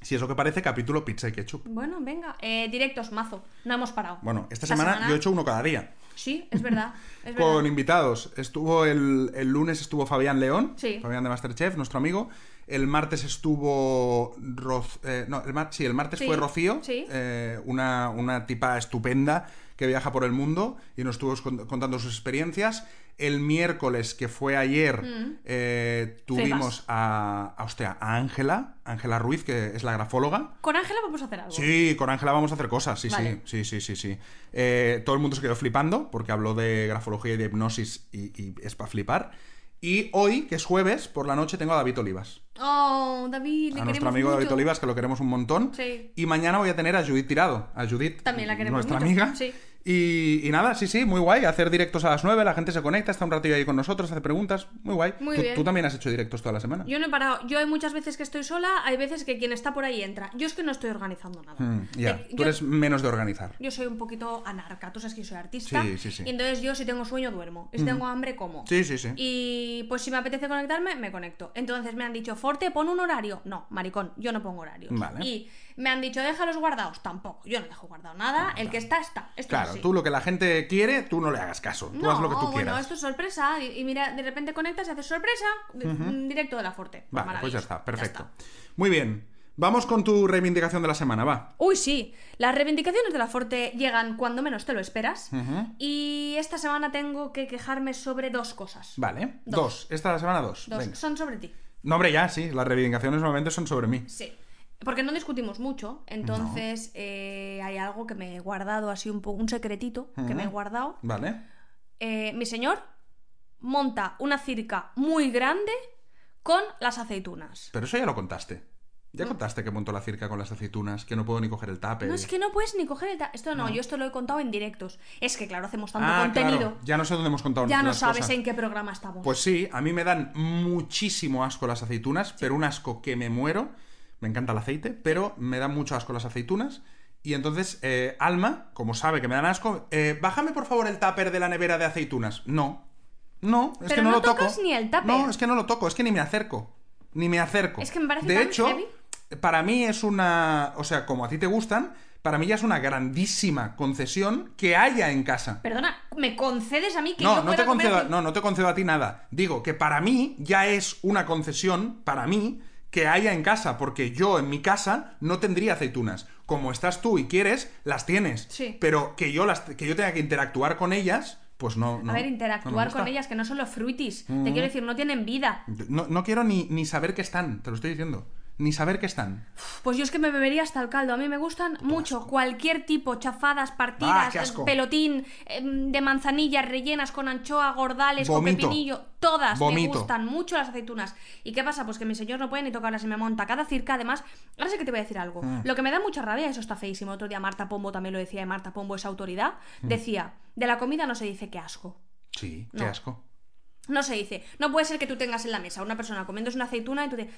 S2: Si es lo que parece, capítulo pizza y ketchup.
S3: Bueno, venga, eh, directos, mazo, no hemos parado.
S2: Bueno, esta
S3: La
S2: semana, yo he hecho uno cada día.
S3: Sí, es verdad, es verdad.
S2: con invitados. Estuvo el, el lunes estuvo Fabián León,
S3: Sí.
S2: Fabián de Masterchef, nuestro amigo. El martes estuvo Roz- eh, no, el mar- sí, el martes
S3: Sí,
S2: fue Rocío,
S3: sí.
S2: eh, una, una tipa estupenda que viaja por el mundo y nos estuvo cont- contando sus experiencias. El miércoles, que fue ayer,
S3: Mm.
S2: eh, tuvimos a, a, hostia, a Ángela, Ángela Ruiz, que es la grafóloga.
S3: Con Ángela vamos a hacer algo.
S2: Sí, con Ángela vamos a hacer cosas, sí,
S3: Vale.
S2: sí, sí, sí, sí, sí. Eh, todo el mundo se quedó flipando porque habló de grafología y de hipnosis y, y es para flipar. Y hoy, que es jueves, por la noche tengo a David Olivas.
S3: Oh, David, le
S2: a nuestro
S3: queremos
S2: amigo David
S3: mucho.
S2: Olivas, que lo queremos un montón.
S3: Sí.
S2: Y mañana voy a tener a Judith Tirado, a Judith.
S3: También la queremos
S2: Nuestra
S3: mucho,
S2: amiga.
S3: sí.
S2: Y, y nada, sí, sí, muy guay. Hacer directos a las 9, la gente se conecta, está un ratillo ahí con nosotros, hace preguntas. Muy guay.
S3: Muy
S2: tú,
S3: bien.
S2: tú también has hecho directos toda la semana.
S3: Yo no he parado. Yo hay muchas veces que estoy sola, hay veces que quien está por ahí entra. Yo es que no estoy organizando nada.
S2: Mm, ya,
S3: Eh,
S2: tú
S3: yo-
S2: eres menos de organizar.
S3: Yo soy un poquito anarca, tú sabes que yo soy artista.
S2: Sí, sí, sí.
S3: Y entonces yo si tengo sueño duermo, y si tengo hambre como.
S2: Sí, sí, sí.
S3: Y pues si me apetece conectarme, me conecto. Entonces me han dicho, Forte, pon un horario. No, maricón, yo no pongo horarios.
S2: Vale.
S3: Y me han dicho, déjalos guardados. Tampoco, yo no dejo guardado nada. El que está, está. Esto es
S2: Ah, Claro,
S3: así.
S2: tú lo que la gente quiere, tú no le hagas caso. Tú
S3: No,
S2: haz lo que tú
S3: bueno,
S2: quieras.
S3: esto es sorpresa. Y, y mira, de repente conectas y haces sorpresa. de- un Directo de la Forte.
S2: Vale,
S3: Pues
S2: pues ya
S3: maravilloso,
S2: está, perfecto.
S3: está.
S2: Muy bien, vamos con tu reivindicación de la semana, va.
S3: Uy, sí. Las reivindicaciones de la Forte llegan cuando menos te lo esperas.
S2: Ujú.
S3: Y esta semana tengo que quejarme sobre dos cosas.
S2: Vale, dos.
S3: Dos.
S2: Esta es la semana dos.
S3: Dos.
S2: Venga.
S3: Son sobre ti.
S2: No, hombre, ya, sí, las reivindicaciones normalmente son sobre mí.
S3: Sí. Porque no discutimos mucho, entonces eh, hay algo que me he guardado así un poco, un secretito que me he
S2: Ujú.
S3: guardado.
S2: Vale.
S3: Eh, mi señor monta una circa muy grande con las aceitunas.
S2: Pero eso ya lo contaste. Ya contaste que montó la circa con las aceitunas, que no puedo ni coger el tape.
S3: No, es que no puedes ni coger el... ta- Esto no, yo esto lo he contado en directos. Es que, claro, hacemos tanto
S2: Ah, claro,
S3: contenido.
S2: Ya no sé dónde hemos contado
S3: Ya no
S2: las
S3: sabes
S2: cosas.
S3: en qué programa estamos.
S2: Pues sí, a mí me dan muchísimo asco las aceitunas, pero un asco que me muero. Me encanta el aceite, pero me dan mucho asco las aceitunas. Y entonces, eh, Alma, como sabe que me dan asco, eh, bájame por favor el tupper de la nevera de aceitunas. No. No, es
S3: Pero
S2: que no,
S3: no
S2: lo toco.
S3: tocas ni el tupper.
S2: No, es que no lo toco, es que ni me acerco. Ni me acerco.
S3: Es que me parece
S2: De
S3: tan
S2: hecho,
S3: heavy.
S2: para mí es una. O sea, como a ti te gustan, para mí ya es una grandísima concesión que haya en casa.
S3: Perdona, ¿me concedes a mí que
S2: No,
S3: yo
S2: no te,
S3: pueda comer
S2: concedo,
S3: ace-
S2: no, no te concedo a ti nada. Digo que para mí ya es una concesión, para mí, que haya en casa, porque yo en mi casa no tendría aceitunas. Como estás tú y quieres, las tienes.
S3: Sí.
S2: Pero que yo, las, que yo tenga que interactuar con ellas, pues no. no
S3: a ver,
S2: no me
S3: interactuar con
S2: gusta. Mm.
S3: ellas, que no son los fruitis. Te quiero decir, no tienen vida.
S2: No, no quiero ni, ni saber que están, te lo estoy diciendo. Ni saber que están.
S3: Pues yo es que me bebería hasta el caldo. A mí me gustan mucho cualquier tipo, chafadas,
S2: Ah,
S3: partidas,
S2: qué asco.
S3: eh, pelotín, eh, de manzanillas rellenas con anchoa, gordales,
S2: Vomito.
S3: con pepinillo. Todas
S2: Vomito.
S3: me gustan mucho las aceitunas. ¿Y qué pasa? Pues que mi señor no puede ni tocarlas y me monta cada circa. Además, ahora sí que te voy a decir algo.
S2: Mm.
S3: Lo que me da mucha rabia, eso está feísimo. Otro día Marta Pombo también lo decía, y Marta Pombo es autoridad.
S2: Mm.
S3: Decía, de la comida no se dice qué asco.
S2: Sí, qué
S3: No.
S2: asco.
S3: No se dice. No puede ser que tú tengas en la mesa a una persona comiéndose una aceituna y tú te.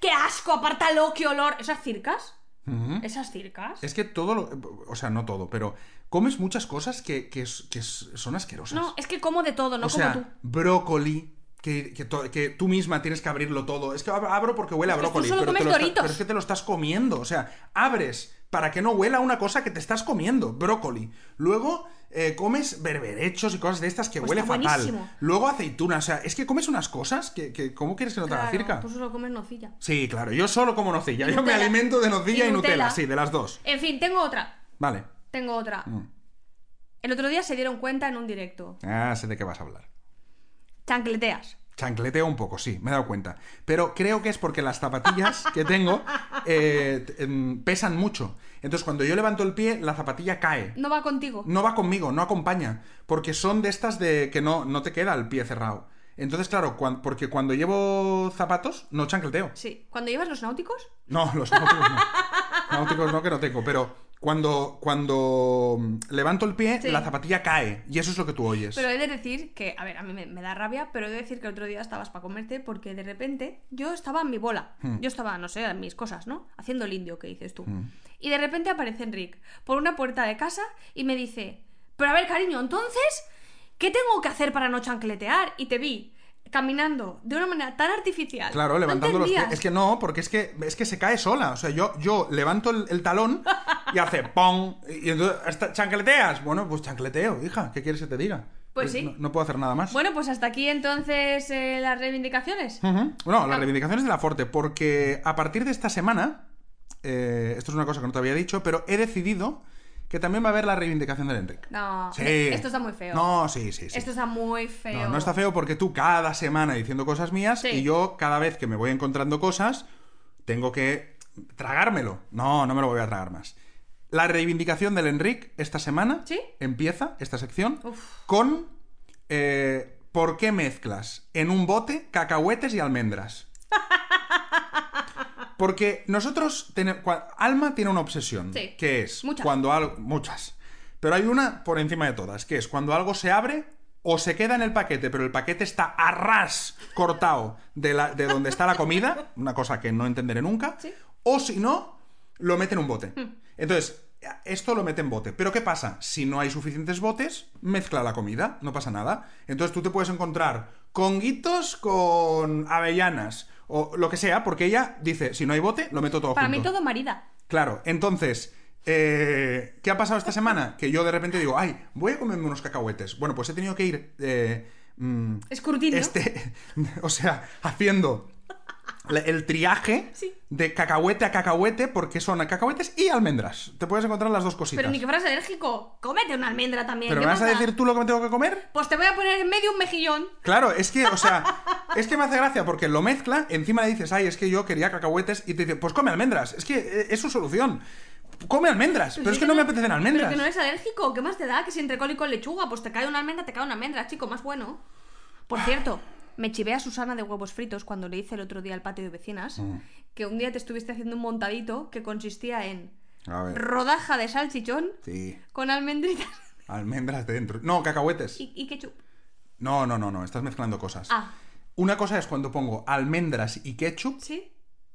S3: ¡Qué asco! ¡Apártalo! ¡Qué olor! ¿Esas circas?
S2: Ujú.
S3: ¿Esas circas?
S2: Es que todo lo. O sea, no todo, pero comes muchas cosas que, que es- que es- son asquerosas.
S3: No, es que como de todo, no
S2: o sea,
S3: como tú.
S2: brócoli. Que, que to- que tú misma tienes que abrirlo todo. Es que ab- abro porque huele a
S3: Es que tú
S2: brócoli.
S3: solo
S2: pero, te
S3: comes
S2: lo estás-
S3: Doritos.
S2: pero es que te lo estás comiendo. O sea, abres para que no huela una cosa que te estás comiendo. Brócoli. Luego eh, comes berberechos y cosas de estas que
S3: Pues
S2: huele
S3: está
S2: fatal.
S3: buenísimo.
S2: Luego aceitunas, o sea, es que comes unas cosas que, que ¿cómo quieres que no te haga circa?
S3: Tú solo comes nocilla.
S2: Sí, claro, yo solo como nocilla,
S3: Y
S2: yo me
S3: pues- Nutella.
S2: alimento de nocilla y,
S3: Y
S2: Nutella.
S3: Nutella.
S2: sí, de las dos.
S3: En fin, tengo otra.
S2: Vale.
S3: Tengo otra.
S2: Mm.
S3: El otro día se dieron cuenta en un directo.
S2: Ah, sé de qué vas a hablar.
S3: Chancleteas.
S2: Chancleteo un poco, sí, me he dado cuenta. Pero creo que es porque las zapatillas que tengo eh, t- em, pesan mucho. Entonces, cuando yo levanto el pie, la zapatilla cae.
S3: No va contigo.
S2: No va conmigo, no acompaña. Porque son de estas de que no, no te queda el pie cerrado. Entonces, claro, cuan- porque cuando llevo zapatos, no chancleteo.
S3: Sí. Cuando llevas los náuticos,
S2: No, los náuticos no. náuticos no, que no tengo. Pero cuando, cuando mm, levanto el pie,
S3: Sí.
S2: la zapatilla cae. Y eso es lo que tú oyes.
S3: Pero he de decir que, a ver, a mí me, me da rabia, pero he de decir que el otro día estabas para comerte porque de repente yo estaba en mi bola.
S2: Hmm.
S3: Yo estaba, no sé, en mis cosas, ¿no? Haciendo el indio que dices tú. Y de repente aparece Enric por una puerta de casa y me dice, pero a ver, cariño, entonces, ¿qué tengo que hacer para no chancletear? Y te vi caminando de una manera tan artificial.
S2: Claro,
S3: No
S2: levantando los pies.
S3: entendías.
S2: Es que no, porque es que, es que se cae sola. O sea, yo, yo levanto el, el talón y hace ¡pong! Y entonces, hasta, ¿chancleteas? Bueno, pues chancleteo, hija. ¿Qué quieres que te diga?
S3: Pues sí.
S2: No, no puedo hacer nada más.
S3: Bueno, pues hasta aquí entonces eh, las reivindicaciones.
S2: Ujú. No, las reivindicaciones de la Forte, porque a partir de esta semana, eh, esto es una cosa que no te había dicho, pero he decidido que también va a haber la reivindicación del Enric.
S3: No,
S2: Sí.
S3: esto está muy feo.
S2: No, sí, sí, sí.
S3: Esto está muy feo.
S2: No, no está feo porque tú cada semana diciendo cosas mías
S3: Sí.
S2: y yo cada vez que me voy encontrando cosas tengo que tragármelo. No, no me lo voy a tragar más. La reivindicación del Enric esta semana
S3: ¿Sí?
S2: empieza esta sección
S3: Uf.
S2: con eh, ¿por qué mezclas en un bote cacahuetes y almendras? Porque nosotros tenemos... Alma tiene una obsesión,
S3: Sí.
S2: que es
S3: Muchas.
S2: cuando algo... Muchas. Pero hay una por encima de todas, que es cuando algo se abre o se queda en el paquete, pero el paquete está a ras cortado de, la- de donde está la comida, una cosa que no entenderé nunca,
S3: Sí. Hmm.
S2: o si no, lo mete en un bote. Entonces, esto lo mete en bote. Pero ¿qué pasa? Si no hay suficientes botes, mezcla la comida, no pasa nada. Entonces tú te puedes encontrar conguitos con avellanas o lo que sea, porque ella dice, si no hay bote, lo meto todo
S3: Para
S2: junto.
S3: mí todo marida.
S2: Claro, entonces, eh, ¿qué ha pasado esta semana? Que yo de repente digo, ay, voy a comerme unos cacahuetes. Bueno, pues he tenido que ir... eh, mm,
S3: Escrutinio.
S2: este, o sea, haciendo la- el triaje
S3: Sí.
S2: de cacahuete a cacahuete porque son cacahuetes y almendras. Te puedes encontrar las dos cositas.
S3: Pero ni que fueras alérgico. Cómete una almendra también.
S2: ¿Pero
S3: ¿qué
S2: me vas a
S3: pasa?
S2: decir tú lo que me tengo que comer?
S3: Pues te voy a poner en medio un mejillón.
S2: Claro, es que, o sea, es que me hace gracia porque lo mezcla, encima le dices, ay, es que yo quería cacahuetes y te dice, pues come almendras, es que eh, es su solución. Come almendras, pero es que no me apetecen
S3: Pero
S2: almendras.
S3: que no eres alérgico. ¿Qué más te da que si entre col y con lechuga? Pues te cae una almendra, te cae una almendra, chico, más bueno. Por
S2: Ah.
S3: cierto, me chivé a Susana de huevos fritos cuando le hice el otro día al patio de vecinas
S2: Mm.
S3: que un día te estuviste haciendo un montadito que consistía en
S2: A ver,
S3: rodaja de salchichón
S2: sí,
S3: con almendritas
S2: almendras dentro. No, cacahuetes.
S3: y, y ketchup.
S2: No, no, no, no, estás mezclando cosas.
S3: Ah,
S2: Una cosa es cuando pongo almendras y ketchup
S3: ¿sí?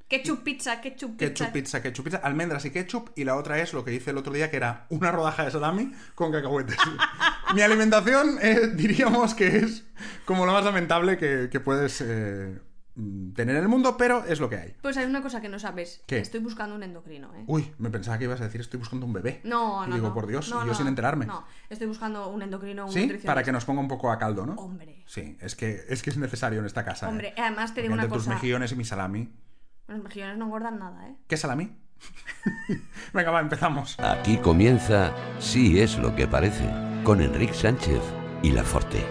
S3: Ketchup pizza, ketchup pizza.
S2: Ketchup, pizza, ketchup, pizza, almendras y ketchup. Y la otra es lo que hice el otro día, que era una rodaja de salami con cacahuetes. Mi alimentación, eh, diríamos que es como lo más lamentable que, que puedes eh, mm, tener en el mundo, pero es lo que hay.
S3: Pues hay una cosa que no sabes.
S2: ¿Qué?
S3: Estoy buscando un endocrino, ¿eh?
S2: Uy, me pensaba que ibas a decir estoy buscando un bebé.
S3: No,
S2: Y
S3: no.
S2: digo,
S3: no.
S2: por Dios, y
S3: No,
S2: yo
S3: no,
S2: sin enterarme.
S3: No, estoy buscando un endocrino, un
S2: ¿Sí? Para que
S3: nutricionista.
S2: nos ponga un poco a caldo, ¿no?
S3: Hombre.
S2: Sí, es que es, que es necesario en esta casa. ¿eh?
S3: Hombre, además te digo
S2: Porque
S3: una
S2: entre
S3: cosa.
S2: tus mejillones y mi salami.
S3: Los mejillones no engordan nada, ¿eh?
S2: ¿Qué salami? Venga, va, empezamos.
S5: Aquí comienza Sí es lo que parece, con Enrique Sánchez y La Forte.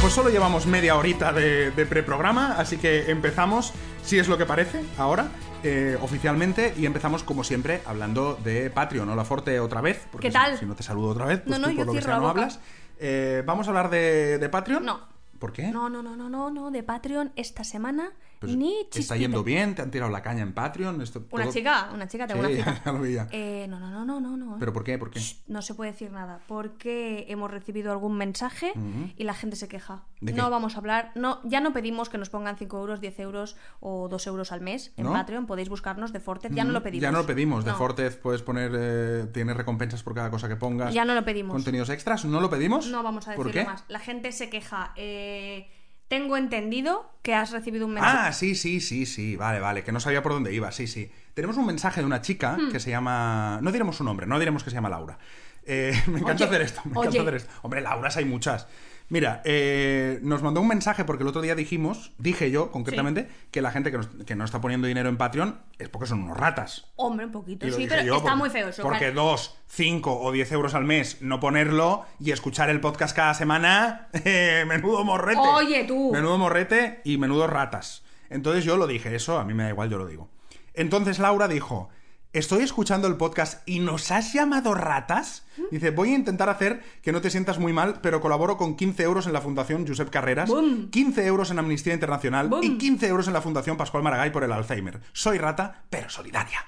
S2: Pues solo llevamos media horita de, de preprograma, así que empezamos, si es lo que parece, ahora, eh, oficialmente, y empezamos como siempre hablando de Patreon, ¿no? La Forte otra vez, porque
S3: ¿Qué
S2: si-
S3: tal?
S2: Si, no te saludo otra vez, pues
S3: No, no,
S2: tú por
S3: yo
S2: lo que
S3: cierro
S2: sea
S3: la
S2: no
S3: boca.
S2: hablas. Eh, ¿Vamos a hablar de, de Patreon?
S3: No.
S2: ¿Por qué?
S3: No, no, no, no, no, no. De Patreon esta semana
S2: ¿Eh? Pues,
S3: ni
S2: ¿Te está
S3: chispita.
S2: yendo bien? ¿Te han tirado la caña en Patreon? Esto,
S3: Una
S2: todo-
S3: chica, una chica, tengo
S2: Sí,
S3: una
S2: ya
S3: chica.
S2: lo veía.
S3: Eh, no, no, no, no, no, no.
S2: ¿Pero por qué? ¿Por qué?
S3: Shh, No se puede decir nada porque hemos recibido algún mensaje y la gente se queja.
S2: ¿De qué?
S3: No vamos a hablar, no, ya no pedimos que nos pongan 5 euros, 10 euros o 2 euros al mes en
S2: ¿No?
S3: Patreon. Podéis buscarnos de Forte, ya no lo pedimos.
S2: Mm, Ya no lo pedimos. De
S3: No.
S2: Fortez puedes poner. eh, tienes recompensas por cada cosa que pongas.
S3: Ya no lo pedimos.
S2: Contenidos extras. ¿No lo pedimos?
S3: No vamos a
S2: ¿Por
S3: decirlo
S2: qué?
S3: más. La gente se queja. eh, Tengo entendido que has recibido un mensaje.
S2: Ah, sí, sí, sí, sí. Vale, vale. Que no sabía por dónde iba. Sí, sí. Tenemos un mensaje de una chica
S3: Hmm.
S2: que se llama. No diremos su nombre, no diremos que se llama Laura. Eh, me encanta
S3: Oye,
S2: hacer esto. Me
S3: oye.
S2: encanta hacer esto. Hombre, Lauras hay muchas. Mira, eh, nos mandó un mensaje porque el otro día dijimos, dije yo concretamente, que la gente que, nos- que no está poniendo dinero en Patreon es porque son unos ratas.
S3: Hombre, un poquito.
S2: Y lo
S3: Sí,
S2: dije
S3: pero
S2: yo
S3: está
S2: porque-
S3: muy feo eso.
S2: Porque
S3: claro.
S2: dos, cinco o diez euros al mes no ponerlo y escuchar el podcast cada semana, eh, menudo morrete.
S3: Oye, tú.
S2: Menudo morrete y menudo ratas. Entonces yo lo dije, eso a mí me da igual, yo lo digo. Entonces Laura dijo, estoy escuchando el podcast y nos has llamado ratas. Dice, voy a intentar hacer que no te sientas muy mal, pero colaboro con 15 euros en la Fundación Josep Carreras,
S3: Bum.
S2: 15 euros en Amnistía Internacional y
S3: Bum.
S2: 15 euros en la Fundación Pascual Maragall por el Alzheimer. Soy rata, pero solidaria.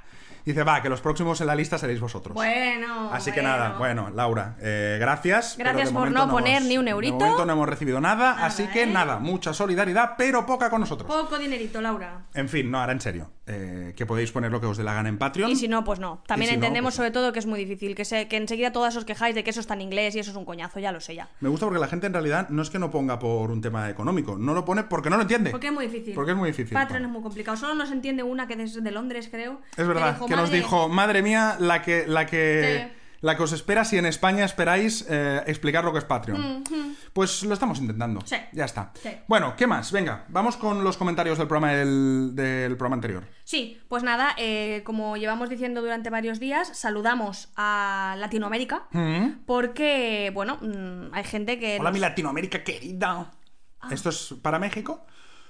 S2: Dice, va, que los próximos en la lista seréis vosotros.
S3: Bueno.
S2: Así que nada, bueno, Laura, eh, gracias. pero
S3: Gracias
S2: de
S3: por
S2: momento
S3: no
S2: hemos-
S3: poner ni un
S2: de
S3: eurito.
S2: momento no hemos recibido nada, así que
S3: ¿eh?
S2: nada, mucha solidaridad, pero poca con nosotros.
S3: Poco dinerito, Laura.
S2: en fin, no, ahora en serio, eh, que podéis poner lo que os dé la gana en Patreon.
S3: Y si no, pues no. También
S2: si no,
S3: entendemos
S2: pues no.
S3: sobre todo que es muy difícil, que, se, que enseguida todas os quejáis de que eso está en inglés y eso es un coñazo, ya lo sé ya.
S2: Me gusta porque la gente en realidad no es que no ponga por un tema económico, no lo pone porque no lo entiende.
S3: Porque es muy difícil.
S2: Porque es muy difícil.
S3: Patreon es muy complicado. Solo nos entiende una que es de Londres, creo.
S2: Es verdad,
S3: dijo,
S2: que nos
S3: "Madre,
S2: dijo, madre mía, la que, la que,
S3: Sí.
S2: la que os espera si en España esperáis eh, explicar lo que es Patreon. Pues lo estamos intentando.
S3: Sí.
S2: Ya está.
S3: Sí.
S2: Bueno, ¿qué más? Venga, vamos con los comentarios del programa, del, del programa anterior.
S3: Sí, pues nada, eh, como llevamos diciendo durante varios días, saludamos a Latinoamérica porque, bueno, mm, hay gente que...
S2: Mm. Hola,
S3: nos-
S2: mi Latinoamérica querida.
S3: Ah.
S2: Esto es para México.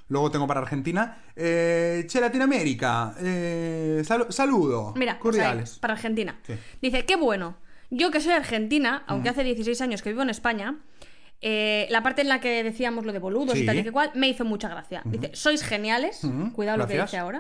S2: Luego tengo para Argentina. Eh, che, Latinoamérica. eh, salu- saludo.
S3: Mira, pues ahí,
S2: cordiales.
S3: para Argentina.
S2: Sí. Mm.
S3: Dice, qué bueno, yo que soy argentina, aunque hace 16 años que vivo en España, eh, la parte en la que decíamos lo de boludos
S2: Sí.
S3: y tal y que cual, me hizo mucha gracia. Dice, sois geniales,
S2: Ujú,
S3: cuidado lo
S2: gracias.
S3: que dice ahora.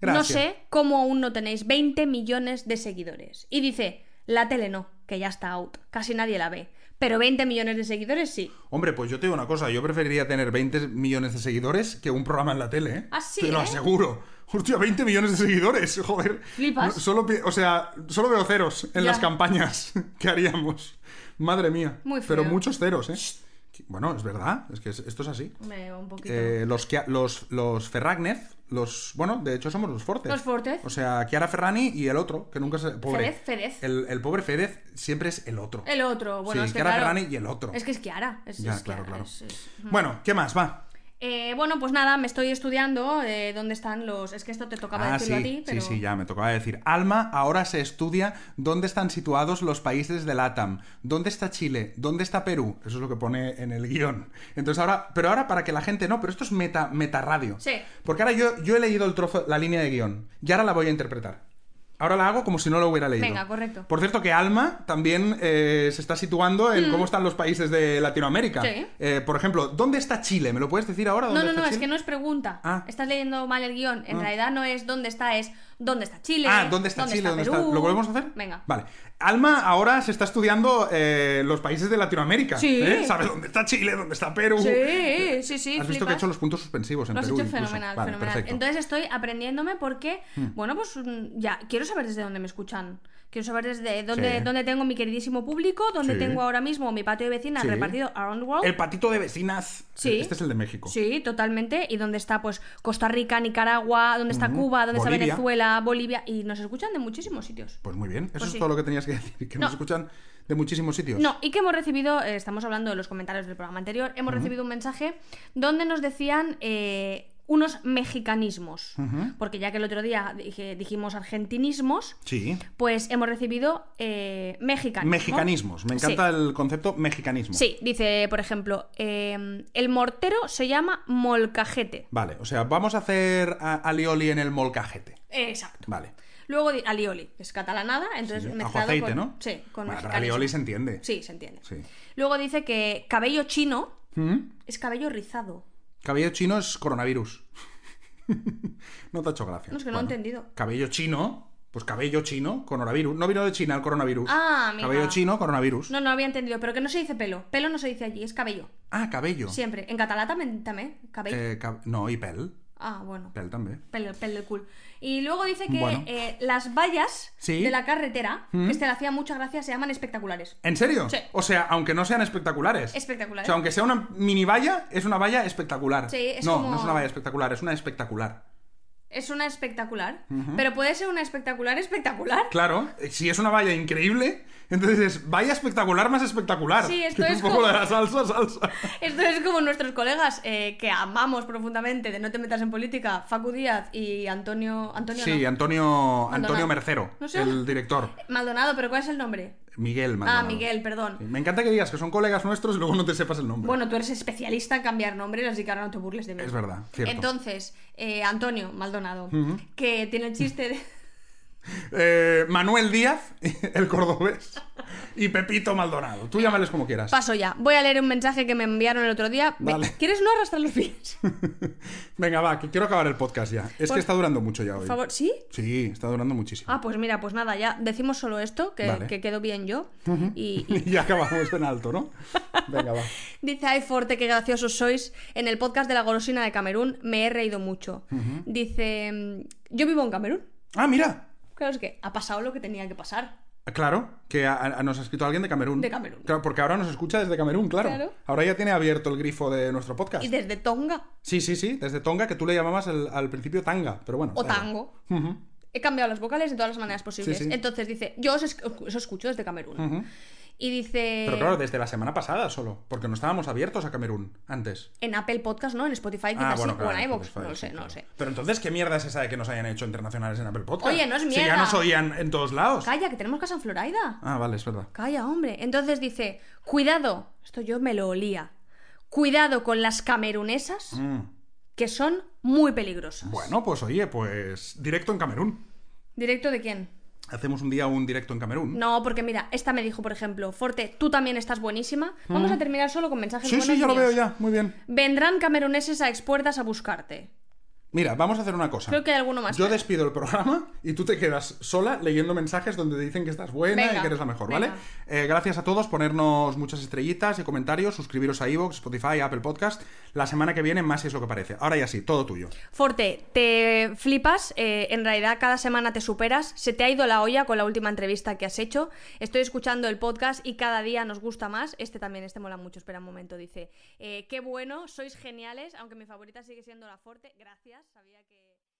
S3: No
S2: Gracias.
S3: sé cómo aún no tenéis 20 millones de seguidores. Y dice, la tele no, que ya está out, casi nadie la ve. Pero 20 millones de seguidores sí.
S2: Hombre, pues yo te digo una cosa, yo preferiría tener 20 millones de seguidores que un programa en la tele, ¿eh?
S3: ¿Ah, sí,
S2: Te lo
S3: eh?
S2: aseguro. Hostia, 20 millones de seguidores, joder.
S3: Flipas.
S2: No, solo, pi- o sea, solo veo ceros en
S3: Ya.
S2: las campañas que haríamos. Madre mía.
S3: Muy
S2: Pero
S3: feo.
S2: muchos ceros, ¿eh? Bueno, es verdad, es que es- esto es así.
S3: Me un poquito.
S2: Eh, los, Kia- los, los Ferragnez, los. Bueno, de hecho somos los Fortes.
S3: Los Fortes.
S2: O sea, Chiara Ferrani y el otro, que nunca se. Pobre.
S3: Fedez, Fedez.
S2: El, el pobre Fedez siempre es el otro.
S3: El otro, bueno,
S2: Sí,
S3: es que
S2: Chiara
S3: claro,
S2: Ferrani y el otro.
S3: Es que es Kiara. Es,
S2: Ya,
S3: es
S2: claro,
S3: Chiara,
S2: claro.
S3: es- es- mm.
S2: Bueno, ¿qué más? Va.
S3: Eh, bueno, pues nada, me estoy estudiando eh, dónde están los. Es que esto te tocaba
S2: Ah, sí,
S3: decirlo a ti, pero.
S2: sí, sí, ya me tocaba decir. Alma, ahora se estudia dónde están situados los países del ATAM, dónde está Chile, dónde está Perú. Eso es lo que pone en el guión. Entonces ahora, pero ahora para que la gente no, pero esto es meta, meta radio.
S3: Sí.
S2: Porque ahora yo, yo he leído el trozo, la línea de guión, y ahora la voy a interpretar. Ahora la hago como si no lo hubiera leído.
S3: Venga, correcto.
S2: Por cierto, que Alma también eh, se está situando en cómo están los países de Latinoamérica.
S3: Mm. Sí.
S2: Eh, por ejemplo, ¿dónde está Chile? ¿Me lo puedes decir ahora?
S3: No,
S2: dónde
S3: no,
S2: está
S3: no, es
S2: Chile?
S3: que no es pregunta.
S2: Ah.
S3: Estás leyendo mal el guión. En realidad no es dónde está, es dónde está Chile.
S2: Ah, ¿dónde está Chile? ¿Dónde está?
S3: Perú?
S2: ¿Lo volvemos a hacer?
S3: Venga.
S2: Vale. Alma ahora se está estudiando eh, los países de Latinoamérica.
S3: Sí.
S2: ¿eh? Sabe dónde está Chile, dónde está Perú.
S3: Sí, sí, sí.
S2: Has visto que he
S3: flipas.
S2: hecho los puntos suspensivos en
S3: Lo has
S2: Perú.
S3: hecho
S2: incluso.
S3: fenomenal,
S2: Vale,
S3: fenomenal.
S2: perfecto. Hmm.
S3: Entonces estoy aprendiéndome porque, bueno, pues mm, ya, quiero saber desde dónde me escuchan. Quiero saber desde dónde,
S2: Sí.
S3: dónde tengo mi queridísimo público, dónde
S2: Sí.
S3: tengo ahora mismo mi patio de vecinas
S2: Sí.
S3: repartido around the world.
S2: El patito de vecinas.
S3: Sí.
S2: Este es el de México.
S3: Sí, totalmente. Y dónde está, pues, Costa Rica, Nicaragua, dónde está
S2: Ujú.
S3: Cuba, dónde
S2: Bolivia.
S3: está Venezuela, Bolivia. Y nos escuchan de muchísimos sitios.
S2: Pues muy bien. Eso es
S3: sí.
S2: todo lo que tenías que decir. Que nos
S3: No.
S2: escuchan de muchísimos sitios.
S3: No, y que hemos recibido, eh, estamos hablando de los comentarios del programa anterior, hemos recibido un mensaje donde nos decían eh, unos mexicanismos. Porque ya que el otro día dije- dijimos argentinismos,
S2: Sí.
S3: pues hemos recibido eh, mexicanismo.
S2: Mexicanismos. Me encanta el concepto mexicanismo.
S3: Sí. Sí, dice, por ejemplo, eh, el mortero se llama molcajete.
S2: Vale. O sea, vamos a hacer a- alioli en el molcajete.
S3: Exacto.
S2: Vale.
S3: Luego di- alioli, que es catalanada, entonces
S2: Sí, Ajo
S3: mezclado
S2: aceite,
S3: con,
S2: ¿no?
S3: Sí, con
S2: Bueno, pero
S3: mexicanismo.
S2: alioli se entiende.
S3: Sí, se entiende.
S2: Sí.
S3: Luego dice que cabello chino
S2: ¿Mm?
S3: es cabello rizado.
S2: Cabello chino es coronavirus. no te ha hecho gracia.
S3: No, es que no he entendido.
S2: Cabello chino, pues cabello chino, coronavirus. No vino de China el coronavirus.
S3: Ah, mira.
S2: Cabello chino, coronavirus.
S3: No, no había entendido, pero que no se dice pelo. Pelo no se dice allí, es cabello.
S2: Ah, cabello.
S3: Siempre. En catalán también, también cabello.
S2: Eh, cab- no, y pel.
S3: Ah, bueno.
S2: Pel també.
S3: Pel, pel del cul. Y luego dice que
S2: Bueno.
S3: eh, las vallas
S2: Sí.
S3: de la carretera, que este le hacía mucha gracia, se llaman espectaculares. ¿eh?
S2: ¿En serio?
S3: Sí.
S2: O sea, aunque no sean espectaculares.
S3: Espectaculares.
S2: O sea, aunque sea una mini valla, es una valla espectacular.
S3: Sí, es
S2: no,
S3: como-
S2: no es una valla espectacular, es una espectacular.
S3: Es una espectacular. Pero puede ser una espectacular espectacular.
S2: Claro, eh, si es una valla increíble, entonces es valla espectacular más espectacular.
S3: Sí, esto
S2: Que
S3: es
S2: un poco
S3: como-
S2: de la salsa, salsa.
S3: Esto es como nuestros colegas eh, que amamos profundamente de No te metas en política, Facu Díaz y Antonio... Antonio
S2: Sí,
S3: no.
S2: Antonio, Antonio
S3: Maldonado.
S2: Mercero,
S3: No sé.
S2: el director.
S3: Maldonado, pero ¿cuál es el nombre?
S2: Miguel
S3: Ah,
S2: Maldonado.
S3: Miguel, perdón.
S2: Sí, Me encanta que digas que son colegas nuestros y luego no te sepas el nombre.
S3: Bueno, tú eres especialista en cambiar nombres, así que ahora no te burles de mí.
S2: Es verdad, cierto.
S3: Entonces, eh, Antonio Maldonado, que tiene el chiste de...
S2: Eh, Manuel Díaz, el cordobés, y Pepito Maldonado. Tú llámales como quieras.
S3: Paso ya. Voy a leer un mensaje que me enviaron el otro día. Ve-
S2: Vale.
S3: ¿Quieres no arrastrar los pies?
S2: Venga, va, que quiero acabar el podcast ya. Es que
S3: Por-
S2: está durando mucho ya hoy.
S3: Por favor, ¿sí?
S2: Sí, está durando muchísimo.
S3: Ah, pues mira, pues nada, ya decimos solo esto, que,
S2: Vale.
S3: que quedo bien yo. y, y-
S2: Y ya acabamos en alto, ¿no? Venga, va.
S3: Dice, ay, Forte, qué graciosos sois. En el podcast de la golosina de Camerún me he reído mucho. Dice, mm, yo vivo en Camerún.
S2: Ah, mira.
S3: Claro, es que ha pasado lo que tenía que pasar.
S2: Ah, Claro, que a- a- nos ha escrito alguien de Camerún.
S3: De Camerún.
S2: Claro, porque ahora nos escucha desde Camerún, claro.
S3: Claro.
S2: Ahora ya tiene abierto el grifo de nuestro podcast.
S3: Y desde Tonga
S2: Sí, sí, sí, desde Tonga, que tú le llamabas al, al principio Tanga, pero bueno.
S3: o
S2: da igual.
S3: Tango.
S2: Ujú.
S3: He cambiado las vocales de todas las maneras posibles.
S2: Sí, sí.
S3: Entonces dice, yo os, esc- os escucho desde Camerún.
S2: Ujú.
S3: Y dice,
S2: Pero claro, desde la semana pasada solo, porque no estábamos abiertos a Camerún antes.
S3: en Apple Podcast, ¿no? En Spotify, quizás sí, o en iVoox.
S2: Spotify,
S3: No lo
S2: sí,
S3: sé, no
S2: Ah, claro.
S3: lo sé.
S2: Pero entonces, ¿qué mierda es esa de que nos hayan hecho internacionales en Apple Podcast?
S3: Oye, no es
S2: Si
S3: mierda.
S2: ya nos oían en todos lados.
S3: Calla, que tenemos casa en Florida.
S2: Ah, vale, es verdad.
S3: Calla, hombre. Entonces dice, cuidado, esto yo me lo olía. Cuidado con las camerunesas.
S2: Mm.
S3: que son muy peligrosas.
S2: Bueno, pues oye, pues directo en Camerún.
S3: ¿Directo de quién?
S2: Hacemos un día un directo en Camerún.
S3: No, porque mira, esta me dijo, por ejemplo, Forte, tú también estás buenísima. Vamos a terminar solo con
S2: Mm.
S3: mensajes
S2: sí,
S3: buenos
S2: sí, ya lo
S3: míos.
S2: veo ya. Muy bien.
S3: Vendrán cameruneses a expuertas a buscarte.
S2: Mira, vamos a hacer una cosa.
S3: Creo que hay alguno más.
S2: Ah. Yo despido el programa y tú te quedas sola leyendo mensajes donde te dicen que estás buena
S3: Venga,
S2: y que eres la mejor,
S3: venga.
S2: ¿vale? Eh, gracias a todos, ponernos muchas estrellitas y comentarios, suscribiros a iVoox, Spotify, Apple Podcast. La semana que viene más si es lo que parece. Ahora ya sí, todo tuyo.
S3: Forte, te flipas, eh, en realidad cada semana te superas, se te ha ido la olla con la última entrevista que has hecho, estoy escuchando el podcast y cada día nos gusta más, este también, este mola mucho, espera un momento, dice, eh, qué bueno, sois geniales, aunque mi favorita sigue siendo la Forte, gracias, sabía que...